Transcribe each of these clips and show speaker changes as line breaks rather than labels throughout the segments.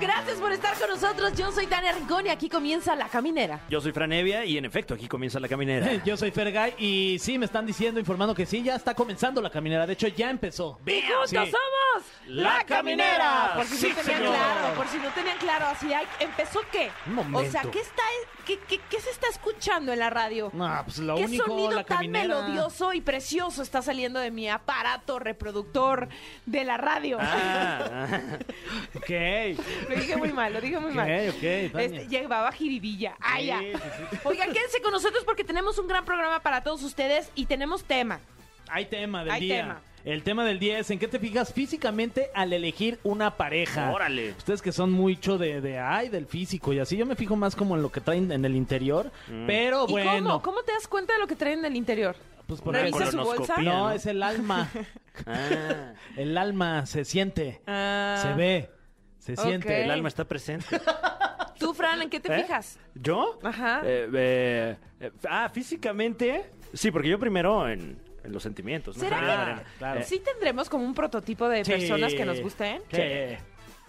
Gracias por estar con nosotros. Yo soy Tania Rincón y aquí comienza La Caminera.
Yo soy Franevia y en efecto aquí comienza la caminera.
Yo soy Fergay y sí, me están diciendo, informando que sí, ya está comenzando la caminera. De hecho, ya empezó.
¡Y juntos
Sí.
somos
La Caminera.
Por si
Sí,
no tenían
señor.
claro, por si no tenían claro, así hay- empezó qué.
Un momento.
O sea, ¿qué está, qué, qué- qué se está escuchando en la radio?
Ah, pues lo
¿Qué
único,
sonido
la
tan
caminera.
melodioso y precioso está saliendo de mi aparato reproductor de la radio?
Ah, ah.
Ok.
Lo dije muy mal, lo dije muy mal.
Ok, ok, Tania.
Este, llevaba jiribilla. Ay,
Sí,
ya.
sí,
Oigan, quédense con nosotros porque tenemos un gran programa para todos ustedes y tenemos tema.
Hay tema del
Hay
día.
tema.
El tema del día es en qué te fijas físicamente al elegir una pareja.
ah. Órale.
Ustedes que son mucho de, de ay, del físico y así. Yo me fijo más como en lo que traen en el interior.
Mm.
Pero
¿Y
bueno.
cómo? ¿Cómo te das cuenta de lo que traen del interior?
Pues por
Una
¿Revisa su bolsa?
colonoscopía,
No, es el alma.
Ah,
El alma se siente.
Ah.
Se ve. Se
Ok.
siente.
el alma está presente.
¿Tú, Fran, en qué Eh. te
¿Eh?
fijas?
¿Yo?
Ajá.
Eh, eh, eh, ah, físicamente. Sí, porque yo primero en, en los sentimientos. ¿no?
¿Será
Ah,
que- claro.
eh,
¿Sí tendremos como un prototipo de
Sí.
personas que nos gusten?
Sí.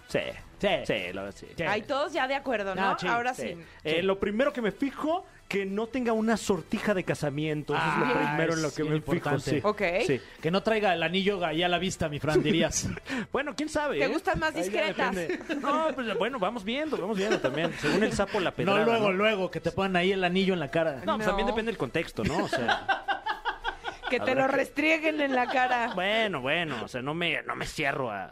Sí.
Sí.
Sí, la verdad, sí.
Sí.
Hay todos ya de acuerdo, ¿no?
No, sí,
Ahora
Sí.
sí.
Eh, Lo primero que me fijo, que no tenga una sortija de casamiento. Eso es lo
Ah,
primero en lo
es
que
bien
me
importante.
fijo.
Ok.
Sí. sí.
Que no traiga el anillo ahí a la vista, mi Fran, dirías.
Bueno, quién sabe.
¿Te
eh?
gustan más
Ahí ya
discretas?
depende. No, pues bueno, vamos viendo, vamos viendo también. Según el sapo la pedrada.
no luego,
¿no?
luego, que te pongan ahí el anillo en la cara.
No, pues también
No.
depende del contexto, ¿no? O sea,
Que te
Habrá
lo
que-
restrieguen en la cara.
bueno, bueno, o sea, no me, no me cierro a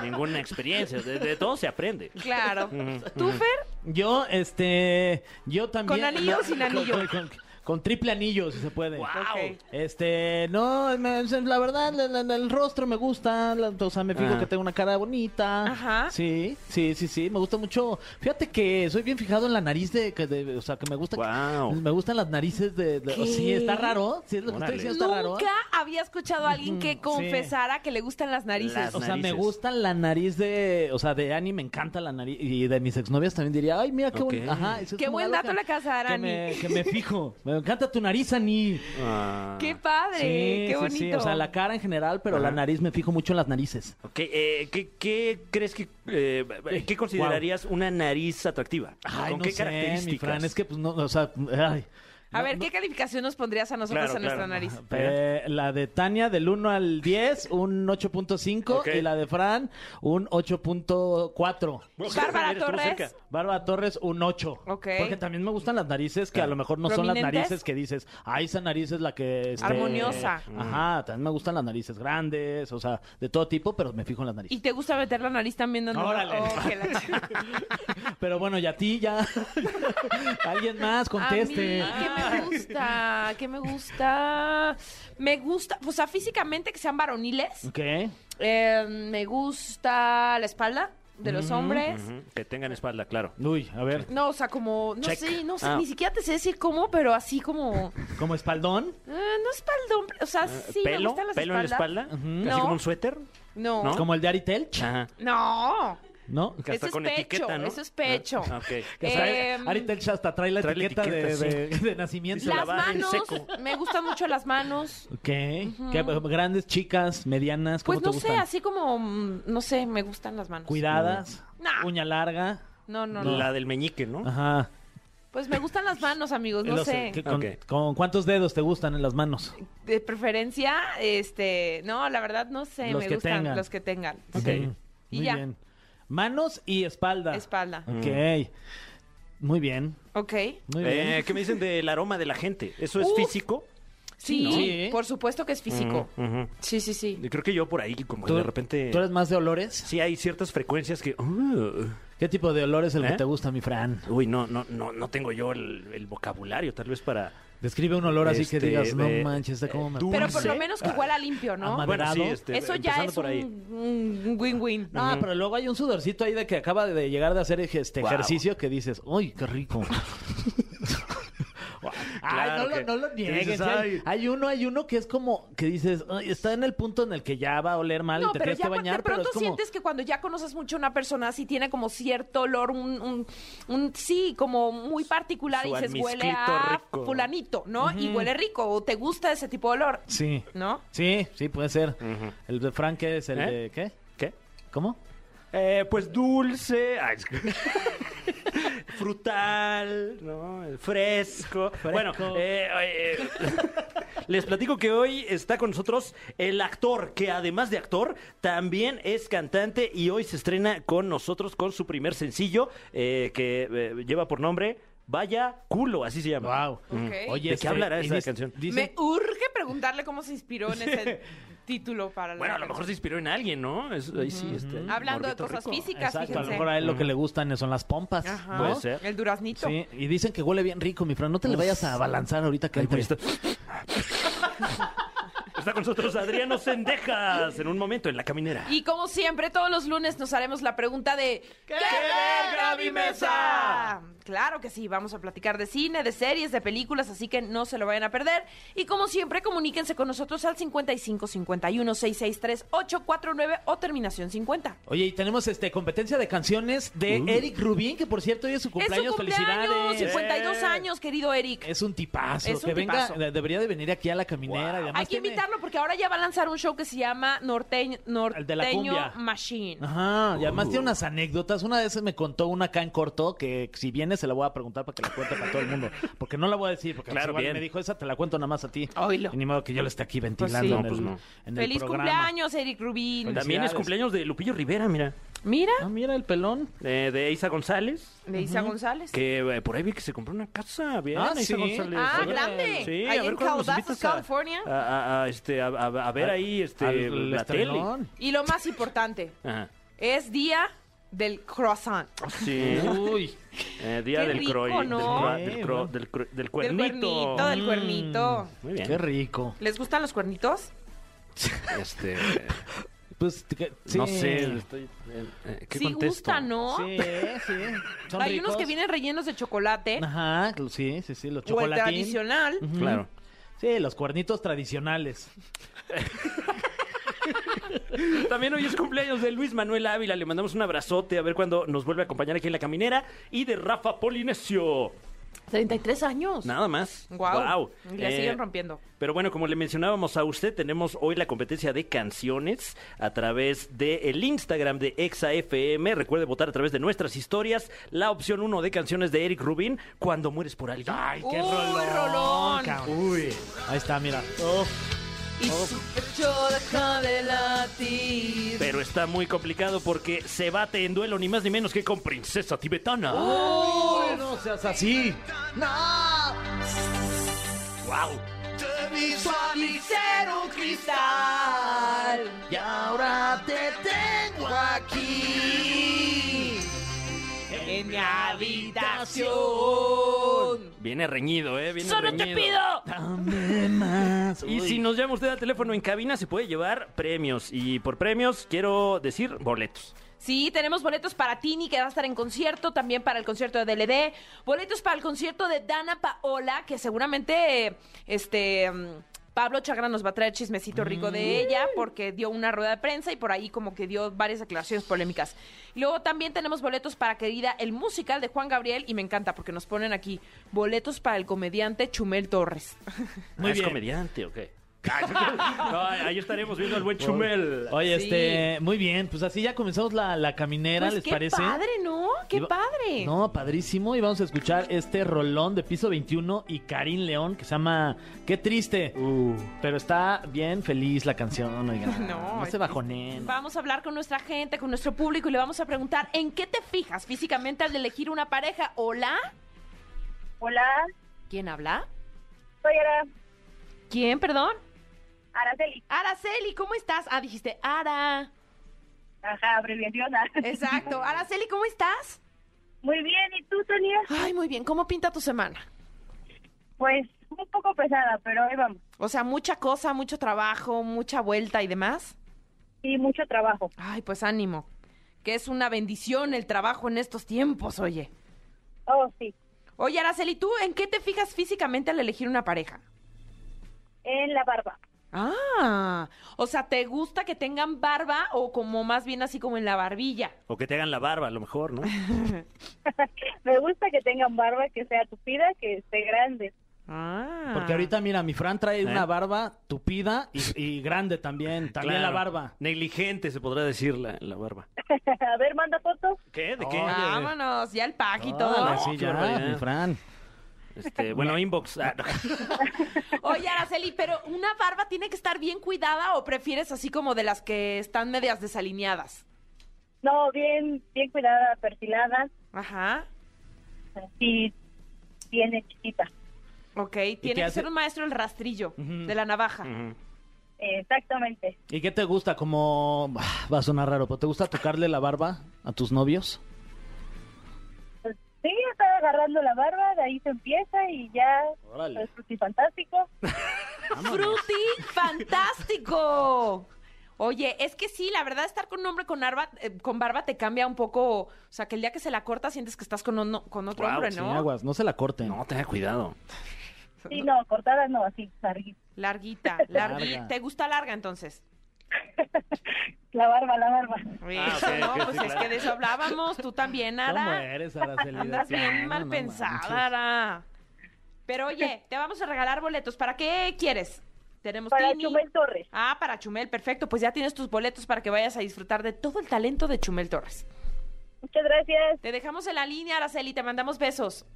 ninguna experiencia. De, de todo se aprende.
Claro. ¿Tú, Fer?
Yo, este, yo también.
¿Con anillo o sin
con-
anillo?
Con, con- con triple anillo, si se puede.
Guau.
Ok.
Este, no, me- la verdad, la- la- la- el, rostro me gusta, la- o sea, me fijo
Ajá.
que tengo una cara bonita.
Ajá.
Sí, sí, sí, sí, me gusta mucho. Fíjate que soy bien fijado en la nariz de, que de- o sea, que me gusta. que-
Guau.
me gustan las narices de, de-
¿Qué?
sí, está raro, sí, es lo que estoy
Órale.
diciendo, está raro. ¿eh?
Nunca había escuchado a alguien que
Sí.
confesara que le gustan las narices.
Las
O sea, me
narices.
gusta la nariz de, o sea, de Ani me encanta la nariz y de mis exnovias también diría, ay, mira qué
Ok.
bonito. Ajá, eso es
Qué
como
buen
algo
dato
que-
le acabas de dar,
que
Ani.
me- que me fijo. Me encanta tu nariz, Ani.
Ah.
¡Qué padre! ¡Qué bonito!
Sí, sí, o sea, la cara en general, pero la
Ajá.
nariz me fijo mucho en las narices.
Ok, eh, ¿qué, qué crees que... eh, ¿Qué considerarías una nariz atractiva?
Ay,
¿Con
no
qué
sé, mi
características?
Fran, es que pues no, o sea, ay.
A
No,
ver,
no,
¿qué calificación nos pondrías a nosotros
Claro,
a nuestra
claro.
nariz?
eh, la de Tania del 1 al 10, un 8.5
Ok.
y la de Fran, un 8.4.
Bueno,
Bárbara
estuvo
Torres.
cerca.
Bárbara Torres, un 8.
Ok.
Porque también me gustan las narices que a lo mejor no son las
¿Prominentes?
narices que dices, ah, esa nariz es la que... este,
Armoniosa.
Ajá, también me gustan las narices grandes, o sea, de todo tipo, pero me fijo en las narices.
¿Y te gusta meter la nariz también donde...
Órale.
Oh, que la ch-
Pero bueno, ya a ti, ya. Alguien más, conteste.
A mí,
Ah.
¿Qué me gusta? ¿Qué me gusta? Me gusta, o sea, físicamente que sean varoniles.
Ok.
Eh, me gusta la espalda de los hombres.
Mm. Ujú, Que tengan espalda, claro.
Uy, a ver,
No, o sea, como, no
Check.
sé, no sé,
Ah.
ni siquiera te sé decir cómo, pero así como, eh,
como espaldón.
no espaldón, o sea, sí me
Ah, ¿Pelo?
gustan las
¿Pelo en la
espaldas.
espalda?
Ujú.
¿Así
No.
como un suéter?
No,
¿No? Ah.
no,
Como el de Ari Telch,
Ajá.
¿no?
Eso
Que hasta
es
con
pecho,
etiqueta, ¿no?
eso es pecho.
Ah, ok.
Que trae-
Em,
Ari Telch hasta trae la
trae la
etiqueta, de-
etiqueta,
de, de nacimiento.
Dice Se la
Las
barra en
manos,
seco.
me gustan mucho las manos.
Ok. ¿Qué- grandes, chicas, medianas, ¿cómo
Pues no
te
sé,
gustan?
así como, mm, no sé, me gustan las manos.
Cuidadas,
Nah.
uña larga.
No, no, no.
La del meñique, ¿no?
Ajá.
Pues me gustan las manos, amigos, no
Los-
sé.
¿qué- con,
Ok.
con cuántos dedos te gustan en las manos?
De preferencia, este, no, la verdad no sé,
Los
me
que
gustan
tengan.
los que tengan.
Ok.
Sí,
Y
Muy
ya.
bien. Manos y espalda.
Espalda.
Mm. Ok. Muy bien.
Ok.
Muy bien.
Mm. Eh, ¿Qué me dicen del aroma de la gente? ¿Eso es
Uf.
físico? Mm,
Sí,
¿no? Mm. Sí.
por supuesto que es físico.
Ujú.
Sí, sí, sí.
Yo Creo que yo por ahí, como que
¿Tú-
pues de repente...
¿Tú eres más de olores?
Sí hay ciertas frecuencias que... uh,
¿Qué tipo de olor es el
¿Eh?
que te gusta, mi Fran?
uy, no, no, no, no tengo yo el, el vocabulario, tal vez para...
Describe un olor así que
Este,
digas, no
eh,
manches, de cómo me...
dulce.
Pero por lo menos que huela limpio, ¿no?
Amable.
Bueno, sí,
Moderado.
este,
Eso ya
empezando
es
por ahí.
un un win-win.
Ah, pero luego hay un sudorcito ahí de que acaba de llegar de hacer ej- este
Guau.
ejercicio que dices, ¡ay, qué rico! Ay,
Ah, Claro
no,
que-
lo, no lo
que
niegues.
dices,
sí hay,
"Ay".
hay uno, hay uno que es como que dices, "Ay, está en el punto en el que ya va a oler mal
No,
y te
pero
tienes
ya
que
cu-
bañar,
de
pero
pronto
es como
sientes que cuando ya conoces mucho a una persona, sí tiene como cierto olor, un, un- un- sí, como muy particular
Su
y dices, huele
almizclito
a
rico".
fulanito, ¿no? Y huele rico, o te gusta ese tipo de olor,
Sí.
¿no?
Sí, sí, puede ser. El de Frank es el
¿Eh?
de ¿qué?
¿Qué?
¿Cómo?
Eh, pues dulce, ay, es que- frutal, ¿no? Fresco. Bueno, eh, eh, les platico que hoy está con nosotros el actor, que además de actor, también es cantante y hoy se estrena con nosotros con su primer sencillo eh, que eh, lleva por nombre Vaya Culo, así se llama.
Wow.
Ok.
Oye, este,
¿De qué hablará
y
esa
dis-
canción?
dice-
Me urge preguntarle cómo se inspiró en ese título para la
Bueno, a lo
canción.
mejor se inspiró en alguien, ¿no? Es- ahí sí, este,
Hablando de
morbito
cosas
rico.
físicas,
Exacto, a lo
fíjense.
mejor a él lo que le gustan son las pompas,
Ajá. Oh,
¿no?
Puede ser.
El duraznito.
Sí, y dicen que huele bien rico, mi Fran. No te le vayas a abalanzar ahorita que
Ahí voy,
entre.
está. Está con nosotros Adriano Sendejas en un momento en la caminera.
Y como siempre, todos los lunes nos haremos la pregunta de
¿Qué ver, Gaby Mesa?
Claro que sí, vamos a platicar de cine, de series, de películas, así que no se lo vayan a perder. Y como siempre, comuníquense con nosotros al 55 51 663 849 o terminación 50.
Oye, y tenemos este competencia de canciones de Eric Rubín, que por cierto hoy es su cumpleaños,
es su cumpleaños,
felicidades.
52
Eh.
años, querido Eric.
Es un tipazo,
Es un
que venga,
tipazo.
de- debería de venir aquí a la caminera. y además
Hay que
tiene-
invitarlo porque ahora ya va a lanzar un show que se llama Norteño,
El de la cumbia.
Norteño Machine.
Ajá, y además
Uh.
tiene unas anécdotas. Una vez me contó una acá en corto que si viene se la voy a preguntar para que la cuente para todo el mundo. Porque no la voy a decir, porque
Claro,
igual
bien.
me dijo esa, te la cuento nada más a ti.
Oílo.
Y ni modo que yo le esté aquí ventilando
sí.
en,
No,
el,
pues no.
en el
Feliz
programa.
cumpleaños, Eric Rubín.
También es cumpleaños de Lupillo Rivera, mira.
Mira,
Ah, mira el pelón.
De, de Isa González.
de Isa González.
Que eh, por ahí vi que se compró una casa. Bien,
Ah,
Isa
sí.
González.
Ah,
A ver-
grande.
Sí,
Ahí
a ver
en
cuándo nos
Calabasas,
invitas a-
California.
A, a- a, este, a, a- a ver ahí este,
Al-
la
el
tele.
estrenón.
Y lo más importante,
Ajá.
es día del croissant.
Ah, Sí.
Uy.
Eh, día
Qué
del
rico,
croy. del
¿no?
cro- Del,
Sí,
cro-
bueno.
del, cro- del
Del
cuernito.
cuernito,
Mm.
del cuernito.
Muy bien.
Qué rico.
¿Les gustan los cuernitos?
Este,
Pues, que- sí.
No sé. Estoy, eh, eh, ¿Qué
sí
contesto?
gusta, ¿no?
Sí, sí. Son
Hay
ricos.
unos que vienen ¿eh? rellenos de chocolate
Ajá, sí, sí, sí, los
o el
chocolatín.
tradicional.
Claro.
Sí, los cuernitos tradicionales.
También hoy es cumpleaños de Luis Manuel Ávila. Le mandamos un abrazote a ver cuando nos vuelve a acompañar aquí en la caminera. Y de Rafa Polinesio.
33 años.
Nada más.
Guau.
Guau.
Y la
Eh,
siguen rompiendo.
Pero bueno, como le mencionábamos a usted, tenemos hoy la competencia de canciones a través del el Instagram de ExaFM. Recuerde votar a través de nuestras historias. La opción 1 de canciones de Eric Rubin, Cuando mueres por alguien.
Ay,
Uy,
qué rolón.
rolón.
cabrón. Ahí está, mira.
Oh.
oh.
Y su pecho deja de latir.
Pero está muy complicado porque se bate en duelo ni más ni menos que con Princesa Tibetana.
Uy, no seas así.
¡Wow!
Suavicero cristal.
Y ahora te tengo aquí.
En mi habitación.
Viene reñido, ¿eh? Viene
¡Solo te
reñido.
pido!
Dame más.
Y si nos llama usted al teléfono en cabina, se puede llevar premios. Y por premios quiero decir boletos.
Sí, tenemos boletos para Tini, que va a estar en concierto, también para el concierto de DLD, boletos para el concierto de Dana Paola, que seguramente eh, este mm, Pablo Chagra nos va a traer chismecito rico de ella, porque dio una rueda de prensa y por ahí como que dio varias declaraciones polémicas. Y luego también tenemos boletos para Querida, el musical de Juan Gabriel, y me encanta porque nos ponen aquí boletos para el comediante Chumel Torres.
Muy
Ah, ¿Es
bien.
comediante o qué? No, ahí estaremos viendo al buen Chumel.
Oye,
Sí.
este, muy bien, pues así ya comenzamos la, la caminera,
Pues
¿les
qué
parece?
padre, ¿no? ¡Qué
Y va-
padre!
No, padrísimo. Y vamos a escuchar este rolón de piso 21 y Karim León que se llama Qué triste.
Uh,
Pero está bien feliz la canción, oigan.
No,
No,
es
se bajonen.
Vamos a hablar con nuestra gente, con nuestro público y le vamos a preguntar en qué te fijas físicamente al elegir una pareja. Hola,
Hola,
¿quién habla?
soy Ara-
¿Quién, perdón?
Araceli.
Araceli, ¿cómo estás? Ah, dijiste Ara.
Ajá, abreviación. ah.
Eh. Exacto. Araceli, ¿cómo estás?
Muy bien, ¿y tú, Sonia?
Ay, muy bien. ¿Cómo pinta tu semana?
Pues un poco pesada, pero ahí vamos.
O sea, mucha cosa, mucho trabajo, mucha vuelta y demás.
Y mucho trabajo.
Ay, pues ánimo. Que es una bendición el trabajo en estos tiempos, oye.
Oh, sí.
Oye, Araceli, ¿tú en qué te fijas físicamente al elegir una pareja?
En la barba.
Ah, o sea, ¿te gusta que tengan barba o como más bien así como en la barbilla?
O que te hagan la barba, a lo mejor, ¿no?
Me gusta que tengan barba, que sea tupida, que esté grande.
Ah.
Porque ahorita, mira, mi Fran trae una
¿Eh?
barba tupida y, y grande también. También la
Claro.
barba.
Negligente, se podrá decir la, la barba.
A ver, manda fotos.
¿Qué? ¿De
Oye.
Ah, Vámonos, ya el pack y todo.
Órale, sí,
Qué
ya,
barbaridad.
mi Fran.
Este, bueno, inbox. Ah, no.
Oye, Araceli, pero ¿una barba tiene que estar bien cuidada o prefieres así como de las que están medias desalineadas?
No, bien, bien cuidada, perfilada,
Ajá.
así, bien hechita.
Ok, tiene que
hace?
ser un maestro el rastrillo
Ujú.
de la navaja.
Ujú.
Exactamente.
¿Y qué te gusta? Como... ah, Va a sonar raro, pero ¿te gusta tocarle la barba a tus novios?
Pues, sí, estaba agarrando la barba, de ahí se empieza y ya.
Órale.
Es pues, fantástico.
¡Fruti! ¡Fantástico! Oye, es que sí, la verdad, estar con un hombre con, arba- eh, con barba te cambia un poco. O sea, que el día que se la corta sientes que estás con, uno- con otro
Guau,
hombre,
Sí,
¿no?
aguas, no se la corten.
No, tenga cuidado.
Sí, no, cortada no, así, larguita.
Larguita, larguita.
Larga.
¿Te gusta larga entonces?
La barba, la barba.
Eso,
ok,
no,
ok,
pues
sí,
es
claro.
que de eso hablábamos. Tú también,
¿Cómo
Ara.
eres, Araceli?
Andas
De plano,
bien mal
no manches.
pensada, Ara. Pero oye, te vamos a regalar boletos. ¿Para qué quieres? Tenemos
Para
Tini.
Chumel Torres.
Ah, para Chumel, perfecto. Pues ya tienes tus boletos para que vayas a disfrutar de todo el talento de Chumel Torres.
Muchas gracias.
Te dejamos en la línea, Araceli, te mandamos besos.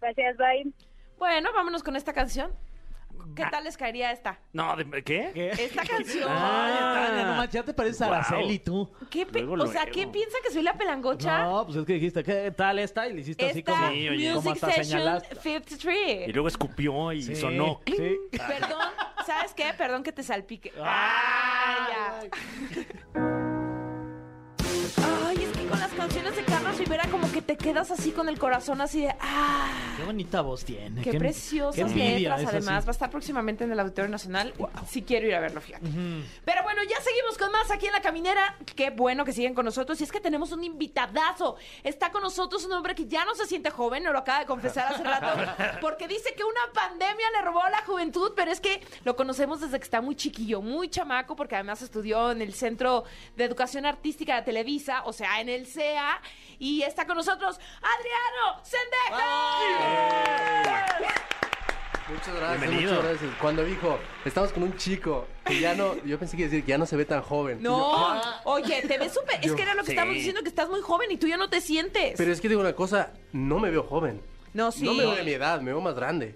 Gracias, bye.
Bueno, vámonos con esta canción.
Ah.
¿Qué tal les caería esta?
No, de- ¿qué?
¿Qué?
Esta canción.
Ay, Tania, no manches, ya te pareces a
Guau.
Araceli tú.
¿Qué pe-
Ah, Luego,
O sea,
luego.
¿qué piensa que soy la pelangocha?
No, pues es que dijiste, ¿qué tal esta? Y le hiciste así
Esta
como,
Sí, oye.
como
Music
hasta
Session
señalaste.
53.
Y luego escupió y sonó.
Sí.
Perdón, ¿sabes qué? Perdón que te salpique.
Ah.
Ay, ya. Ay, es que con las canciones de Carlos Rivera como que te quedas así con el corazón así de ah.
Qué bonita voz tiene.
Qué, preciosas
envidia,
letras,
eso sí.
además. Va a estar próximamente en el Auditorio Nacional. Si quiero ir a verlo, fíjate. Pero bueno, ya seguimos con más aquí en La Caminera. Qué bueno que siguen con nosotros. Y es que tenemos un invitadazo. Está con nosotros un hombre que ya no se siente joven, no lo acaba de confesar hace rato, porque dice que una pandemia le robó la juventud, pero es que lo conocemos desde que está muy chiquillo, muy chamaco, porque además estudió en el Centro de Educación Artística de Televisa, o sea, en el CEA. Y está con nosotros Adriano Sendeja.
Muchas gracias,
Bienvenido.
muchas gracias. Cuando dijo, estamos con un chico que ya no, yo pensé que iba a decir que ya no se ve tan joven. Y yo,
No,
"Ah".
oye, te ves súper. Es
Yo-
que era lo que
sí.
estamos diciendo, que estás muy joven y tú ya no te sientes.
Pero es que digo una cosa, no me veo joven.
no, sí.
No me veo de mi edad, me veo más grande.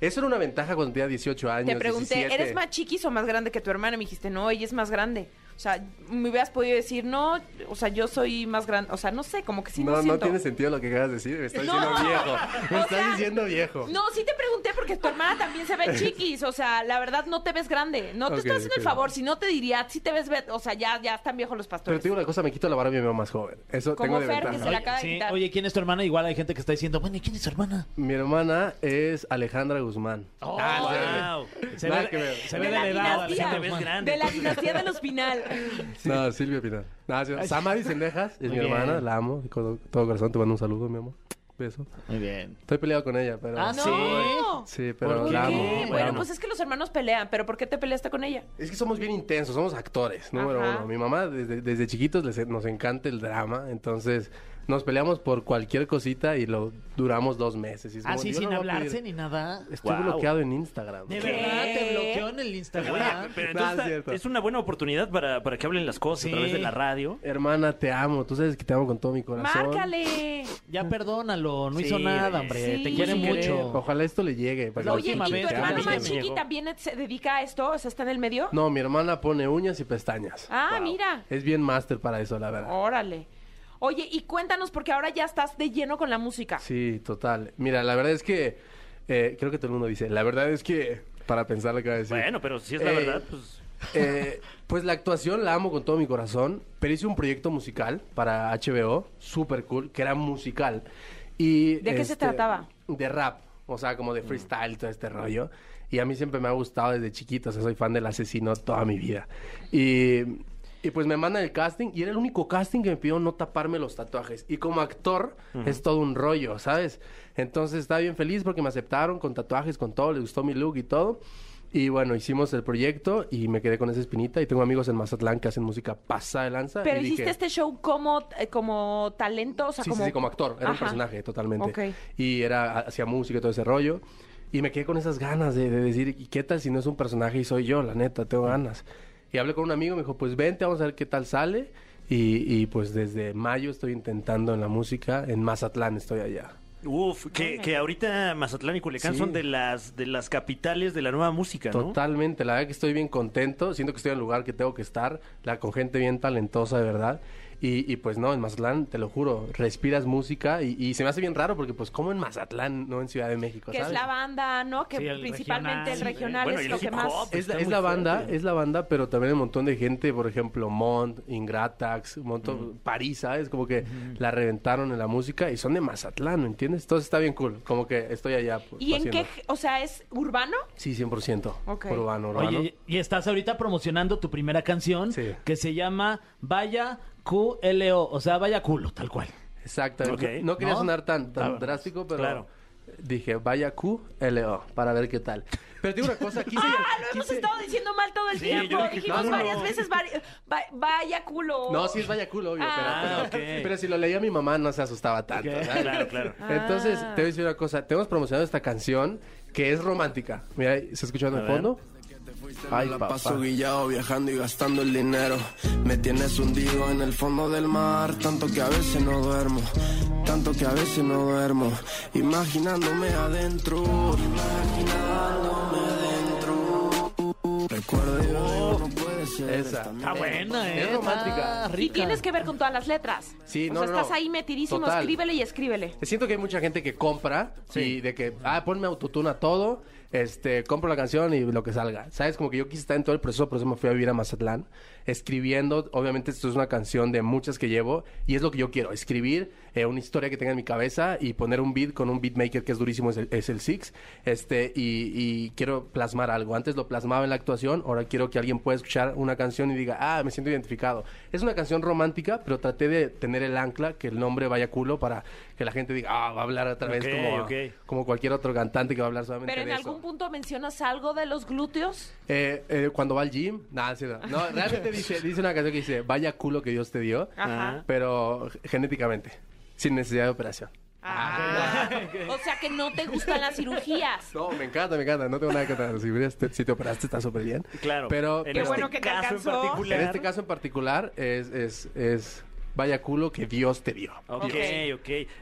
Eso era una ventaja cuando tenía 18 años.
te pregunté,
17.
¿eres más chiquis o más grande que tu hermana? Y me dijiste, no, ella es más grande. O sea, me hubieras podido decir, no, o sea, yo soy más grande. O sea, no sé, como que sí
No,
no
no,
siento.
tiene sentido lo que acabas de decir. Me estás
No.
diciendo viejo. Me
O
estás
sea,
diciendo viejo.
No, sí te pregunté porque tu hermana también se ve chiquis. O sea, la verdad no te ves grande. No te
Ok,
estás haciendo el
ok.
favor. Si no te diría, sí te ves. ve- O sea, ya, ya están viejos los
Pero
pastores.
te digo una cosa, me quito la barba y me veo más joven. Eso
Como
tengo de
Fer, que
ventaja.
se la acaba de
Sí.
quitar.
Oye, ¿quién es tu hermana? Igual hay gente que está diciendo, bueno, ¿y quién es tu hermana?
Mi hermana es Alejandra Guzmán.
Ah,
Oh, wow. Se
Nada
ve,
que ver.
se
de
ve
la
de edad.
dinastía.
Alejandra
ves
Guzmán.
grande.
de la dinastía de los final.
No, Silvia Pinal. No, sí, Samari Sendejas es mi
bien.
hermana, la amo. De co- todo corazón te mando un saludo, mi amor. Beso.
Muy bien.
Estoy peleado con ella, pero.
Ah, sí.
No.
Sí, pero
¿Por
la
qué?
amo.
¿Qué?
la
Bueno,
amo.
pues es que los hermanos pelean, pero ¿por qué te peleaste con ella?
Es que somos bien intensos, somos actores, número
Ajá.
uno. Mi mamá, desde, desde chiquitos, les- e, nos encanta el drama, entonces nos peleamos por cualquier cosita y lo duramos dos meses. Y es como,
Así Ah,
yo no
sin
voy a pedir-
hablarse ni nada.
Estoy
Guau.
bloqueado en Instagram.
De verdad, te bloqueó en el
Oye,
Instagram.
pero
No, es
entonces
cierto.
es una buena oportunidad para, para que hablen las cosas
Sí.
a través de la radio.
Hermana, te amo, tú sabes que te amo con todo mi corazón.
¡Márcale!
Ya perdónalo, no hizo
Sí,
nada,
oye.
hombre.
Sí.
Te quiere
Sin querer.
mucho.
Ojalá esto le llegue. para
La
que
Oye, ¿y
última
te
vez
tu
que
hermano
hablé,
amo.
más
me llegó.
chiqui también se dedica a esto? ¿O sea, está en el medio?
No, mi hermana pone uñas y pestañas.
Ah, mira.
Es bien máster para eso, la verdad.
Órale. Oye, y cuéntanos, porque ahora ya estás de lleno con la música.
Sí, total. Mira, la verdad es que eh, creo que todo el mundo dice, la verdad es que para pensar lo que va a decir.
Bueno, pero si es la
Eh,
verdad, pues.
Eh, pues la actuación la amo con todo mi corazón, pero hice un proyecto musical para HBO, super cool, que era musical. Y, este,
¿De qué se trataba?
De rap, o sea, como de freestyle, todo este rollo. Y a mí siempre me ha gustado desde chiquito, o sea, soy fan del asesino toda mi vida. Y, Y pues me mandan el casting y era el único casting que me pidió no taparme los tatuajes. Y como actor es todo un rollo, ¿sabes? Entonces estaba bien feliz porque me aceptaron con tatuajes, con todo, les gustó mi look y todo. Y bueno, hicimos el proyecto y me quedé con esa espinita y tengo amigos en Mazatlán que hacen música pasada de lanza.
Pero
y
hiciste
dije,
este show como, eh, como talento, o sea,
sí,
como...
sí, sí, como actor, era un
Ajá.
personaje totalmente.
Ok.
Y era, hacía música y todo ese rollo. Y me quedé con esas ganas de, de decir, ¿y qué tal si no es un personaje y soy yo? La neta, tengo ganas. Y hablé con un amigo, me dijo, pues vente, vamos a ver qué tal sale. Y, y, pues desde mayo estoy intentando en la música, en Mazatlán estoy allá.
Uf, que, que ahorita Mazatlán y Culiacán
Sí.
son de las, de las capitales de la nueva música, ¿no?
Totalmente, la verdad que estoy bien contento, siento que estoy en el lugar que tengo que estar, la con gente bien talentosa de verdad. Y, y, pues no, en Mazatlán, te lo juro, respiras música y, y se me hace bien raro porque pues como en Mazatlán, no en Ciudad de México.
Que es
¿sabes?
la banda, ¿no? Que
Sí, el
principalmente el regional
Bueno, y
es
el
lo que
hip
más...
hop.
Es la,
Pues Está
es
muy
la banda,
fuerte.
es la banda, pero también un montón de gente, por ejemplo, Mont, Ingratax, un montón, París, ¿sabes? Como que la reventaron en la música y son de Mazatlán, ¿me entiendes? Entonces está bien cool, como que estoy allá. pues,
¿Y en
haciendo.
qué? O sea, ¿es urbano?
Sí, 100%.
Ok.
Urbano, urbano.
Oye, y estás ahorita promocionando tu primera canción
Sí.
que se llama Vaya QLO, o sea, vaya culo, tal cual.
Exactamente.
Ok.
No quería
¿No?
sonar tan, tan
Claro.
drástico, pero
Claro.
dije, vaya Q, LO, para ver qué tal. Pero te digo una cosa, quise...
Ah, lo hemos
quise-
estado diciendo mal todo el
Sí,
tiempo.
yo dije,
Dijimos
no, no,
varias
no.
veces, vari- va- vaya culo.
No, sí es vaya Q, obvio,
Ah,
pero, pero,
ok.
pero si lo leía mi mamá no se asustaba tanto.
Ok.
¿sabes?
Claro, claro.
Entonces, te voy a decir una cosa. Te hemos promocionado esta canción que es romántica. Mira, ¿se escucha en
A
el
ver.
fondo? Ay,
Me la
papá.
paso guillado viajando y gastando el dinero. Me tienes hundido en el fondo del mar, tanto que a veces no duermo, tanto que a veces no duermo. Imaginándome adentro, imaginándome adentro. Recuerdo y veo, no puede ser.
Esa.
esta
Está buena, ¿eh?
Es romántica.
Está
Y
rica.
tienes que ver con todas las letras.
Sí,
o
no,
sea,
no,
estás
no.
ahí metidísimo,
Total.
escríbele y escríbele.
Eh, Siento que hay mucha gente que compra y de que, ah, ponme autotune a todo, este, compro la canción y lo que salga. ¿Sabes? Como que yo quise estar en todo el proceso, por eso me fui a vivir a Mazatlán, escribiendo. Obviamente, esto es una canción de muchas que llevo y es lo que yo quiero: escribir eh, una historia que tenga en mi cabeza y pues, poner un beat con un beatmaker que es durísimo, es el, es el Six. Este, y, y quiero plasmar algo. Antes lo plasmaba en la actuación, ahora quiero que alguien pueda escuchar una canción y diga, ah, me siento identificado. Es una canción romántica, pero traté de tener el ancla, que el nombre vaya culo, para que la gente diga, ah, va a hablar otra vez
Ok,
como,
ok.
como cualquier otro cantante que va a hablar solamente
Pero en
de eso.
algún punto mencionas algo de los glúteos.
Eh, eh, cuando va al gym, nada, sí, no. No, realmente dice, dice una canción que dice, vaya culo que Dios te dio,
Ajá.
pero genéticamente, sin necesidad de operación.
Ah. O sea que no te gustan las cirugías.
No, me encanta, me encanta. No tengo nada que contar. Si, hubieras- te- si te operaste, está súper bien.
Claro.
Pero,
en
pero-
este
bueno que te
caso
alcanzó.
en particular.
En este caso en particular es, es, es vaya culo que Dios te dio.
Ok, ok.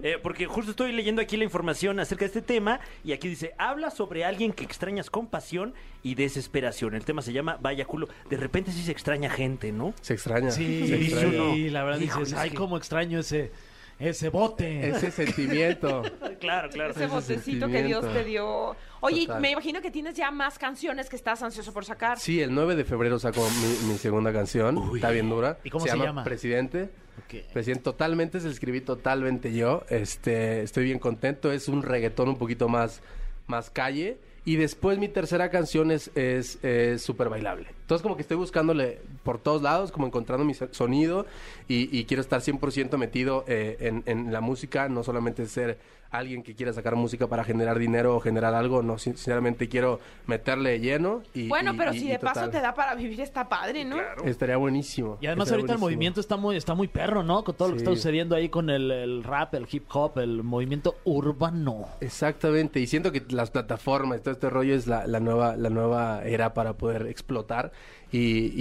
Eh, porque justo estoy leyendo aquí la información acerca de este tema y aquí dice, habla sobre alguien que extrañas con pasión y desesperación. El tema se llama Vaya culo. De repente sí se extraña gente, ¿no?
Se extraña.
Sí,
se
sí,
extraña.
sí, la verdad
Híjole,
dices,
es
ay,
que-
cómo extraño ese, ese bote.
Ese sentimiento.
Claro, claro.
Ese botecito que Dios
sentimiento.
te dio. Oye, y
Total.
me imagino que tienes ya más canciones que estás ansioso por sacar.
Sí, el 9 de febrero saco mi, mi segunda canción. Está bien dura.
¿Y cómo se
llama?
llama?
Presidente.
Ok.
Presidente, totalmente se la escribí totalmente yo. Este, estoy bien contento. Es un reggaetón un poquito más, más calle. Y después mi tercera canción es es- es súper bailable. Entonces como que estoy buscándole por todos lados, como encontrando mi so- sonido y, y quiero estar 100% metido eh, en, en la música, no solamente ser alguien que quiera sacar música para generar dinero o generar algo, no, sin- sinceramente quiero meterle lleno. Y,
bueno,
y-
pero
y-
si
y
de paso
total.
te da para vivir, está padre, ¿no?
Estaría buenísimo.
Y además
Estaría
ahorita el
buenísimo.
movimiento está muy, está muy perro, ¿no? Con todo lo que
Sí.
está sucediendo ahí con el, el rap, el hip hop, el movimiento urbano.
Exactamente, y siento que las plataformas, todo este rollo es la, la nueva, la nueva era para poder explotar y,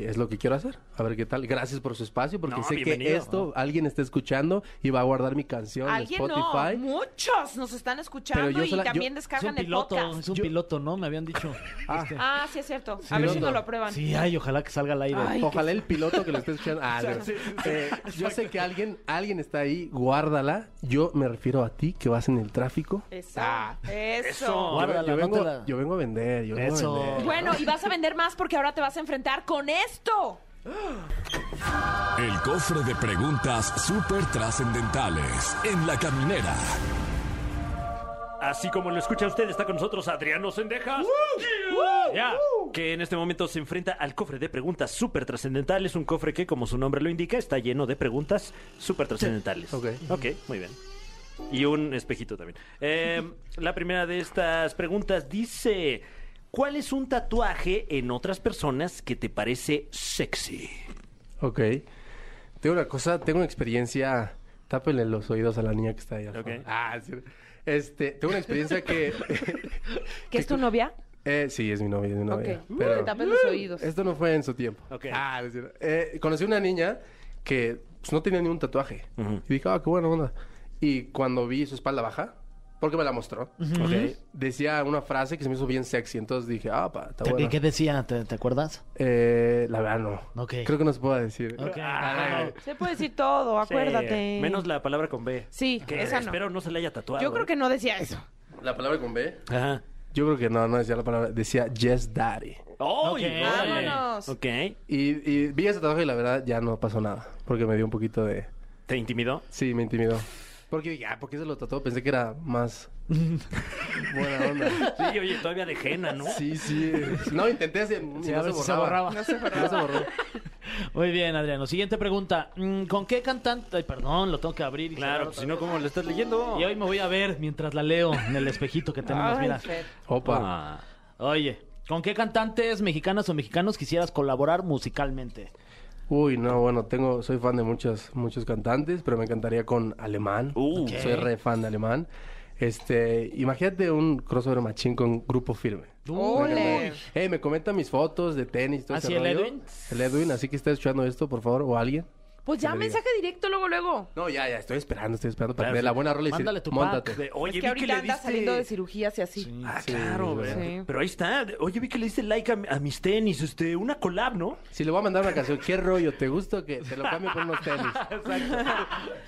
y es lo que quiero hacer. A ver qué tal. Gracias por su espacio porque
No,
sé que
bienvenido.
esto alguien está escuchando y va a guardar mi canción en
Alguien
Spotify.
no, muchos nos están escuchando
Pero yo
y
sola- yo-
también
Es
descargan
un
el
piloto,
podcast.
es un piloto, ¿no? Me habían dicho. Este.
Ah, sí es cierto. A ver si
Piloto.
nos lo aprueban.
Sí, ay, ojalá que salga al aire.
Ay, qué
Ojalá el piloto que lo esté escuchando. Ah, no. Eh, yo sé que alguien, alguien está ahí, guárdala. Yo me refiero a ti que vas en el tráfico.
Eso.
Ah,
eso.
yo,
Guárdala,
yo
no te
vengo,
la-
yo vengo a vender, yo vengo
Eso.
a vender.
Bueno, y vas a vender más porque ahora te vas a enfrentar con esto.
El cofre de preguntas súper trascendentales en la caminera.
Así como lo escucha usted, está con nosotros Adriano Sendejas. Yeah. que en este momento se enfrenta al cofre de preguntas súper trascendentales. Un cofre que, como su nombre lo indica, está lleno de preguntas súper trascendentales.
Ok.
Ok, muy bien. Y un espejito también. Eh, la primera de estas preguntas dice: ¿Cuál es un tatuaje en otras personas que te parece sexy?
Ok. Tengo una cosa, tengo una experiencia. Tápenle los oídos a la niña que está ahí. al
Ok.
fondo. Ah, sí. Este, tengo una experiencia que.
¿Qué es tu novia?
eh, sí, es mi novia, es mi
Ok.
novia.
Te tapas los oídos.
Esto no fue en su tiempo.
Ok.
Ah, es decir, eh, conocí una niña que pues, no tenía ni un tatuaje.
Ujú.
Y dije, ah, qué buena onda. Y cuando vi su espalda baja, porque me la mostró, ok, decía una frase que se me hizo bien sexy. Entonces dije, ah, pa, está
¿Qué,
bueno.
qué decía? ¿Te, te acuerdas?
Eh, la verdad no.
Ok.
Creo que no se puede decir.
Ok.
Ah,
Se puede decir todo, acuérdate.
Sí, menos la palabra con B.
Sí,
Que
esa no.
espero no se le haya tatuado. ¿eh?
Yo creo que no decía eso.
La palabra con B.
Ajá.
Yo creo que no, no decía la palabra. Decía Yes Daddy.
¡Ay,
Ok.
órale!
Vámonos.
Ok.
Y, y vi ese tatuaje y la verdad ya no pasó nada. Porque me dio un poquito de...
¿Te intimidó?
Sí, me intimidó. Porque dije, ah, ¿por qué se lo tatuó? Pensé que era más... Buena onda.
Sí, oye, todavía de jena, ¿no?
Sí, sí. No, intenté hacer... y
a
no
ver
se
si se
borraba.
borraba.
No se borró.
Muy bien, Adriano. Siguiente pregunta. Mm, ¿Con qué cantante? Ay, perdón, lo tengo que abrir. y
Claro, pues si
cerrar
no, ¿cómo lo estás leyendo?
otra- Y hoy me voy a ver mientras la leo en el espejito que tenemos.
Ay,
Mira.
Fer.
Opa.
Ah.
Oye, ¿con qué cantantes mexicanas o mexicanos quisieras colaborar musicalmente?
Uy, no, bueno, tengo... Soy fan de muchos, muchos cantantes, pero me encantaría con Alemán.
Uh.
Soy re fan de Alemán. Este, imagínate un crossover machín con Grupo Firme.
Ole.
Eh, me comentan mis fotos de tenis, todo
¿Ah,
ese
sí, el
rollo.
Edwin?
El Edwin, así que está escuchando esto, por favor, o alguien.
Pues ya,
Que le
mensaje directo luego, luego.
No, ya, ya, estoy esperando, estoy esperando para
Claro,
que dé la
sí.
buena rola y decir,
Mándale tu pack
"Móntate".
De- Oye,
es que
vi
ahorita
que le
anda
diste-
saliendo de cirugías y así.
Ah,
Sí,
claro,
sí.
¿verdad?
Sí.
Pero ahí está. Oye, vi que le diste like a, mi- a mis tenis, este, una collab, ¿no?
Si le voy a mandar una canción, ¿qué rollo? ¿Te gusta que te lo cambio por unos tenis?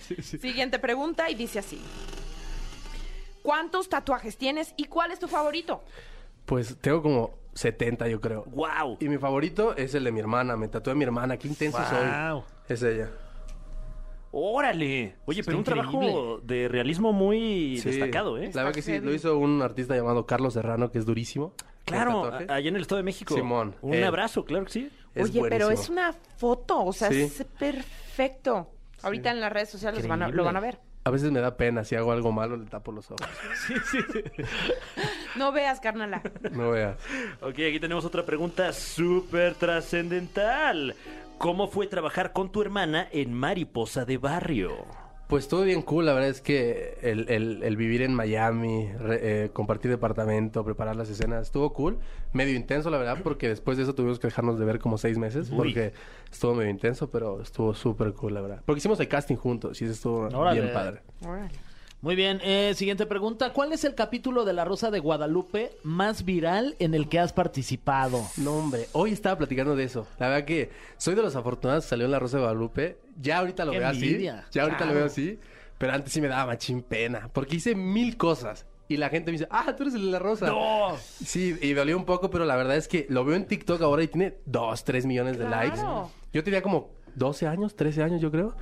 Siguiente pregunta y dice así. ¿Cuántos tatuajes tienes y cuál es tu favorito?
Pues tengo como 70, yo creo.
¡Wow!
Y mi favorito es el de mi hermana, me tatué a mi hermana, qué intenso soy.
Wow.
Es ella.
¡Órale! Oye,
Está
pero un
increíble.
trabajo de realismo muy
Sí.
destacado, ¿eh?
La verdad que sí,
heavy.
lo hizo un artista llamado Carlos Serrano, que es durísimo. El
Claro,
tatuaje.
a- allá en el Estado de México.
Simón,
Un
eh.
abrazo, claro que sí.
Es
Oye, pero es
buenísimo.
una foto, o sea,
Sí.
es perfecto. Ahorita en las redes sociales van a- lo
Increíble.
van a ver.
A veces me da pena, si hago algo malo le tapo los ojos.
No veas, carnala.
No veas.
Ok, aquí tenemos otra pregunta súper trascendental. ¿Cómo fue trabajar con tu hermana en Mariposa de Barrio?
Pues todo bien cool, la verdad es que el, el- el vivir en Miami, re- eh, compartir departamento, preparar las escenas, estuvo cool. Medio intenso, la verdad, porque después de eso tuvimos que dejarnos de ver como seis meses,
Uy.
porque estuvo medio intenso, pero estuvo súper cool, la verdad. Porque hicimos el casting juntos y eso estuvo
Órale.
bien padre.
Órale.
Muy bien, eh, siguiente pregunta. ¿Cuál es el capítulo de La Rosa de Guadalupe más viral en el que has participado?
No, hombre, hoy estaba platicando de eso. La verdad que soy de los afortunados que salió en La Rosa de Guadalupe. Ya ahorita lo
Qué
veo
envidia.
así. Ya ahorita lo veo así. Pero antes sí me daba machín pena. Porque hice mil cosas. Y la gente me dice, ah, tú eres el de La Rosa. Sí, y me dolió un poco, pero la verdad es que lo veo en TikTok ahora y tiene 2, 3 millones de
Claro.
likes. Yo tenía como 12 años, 13 años, yo creo.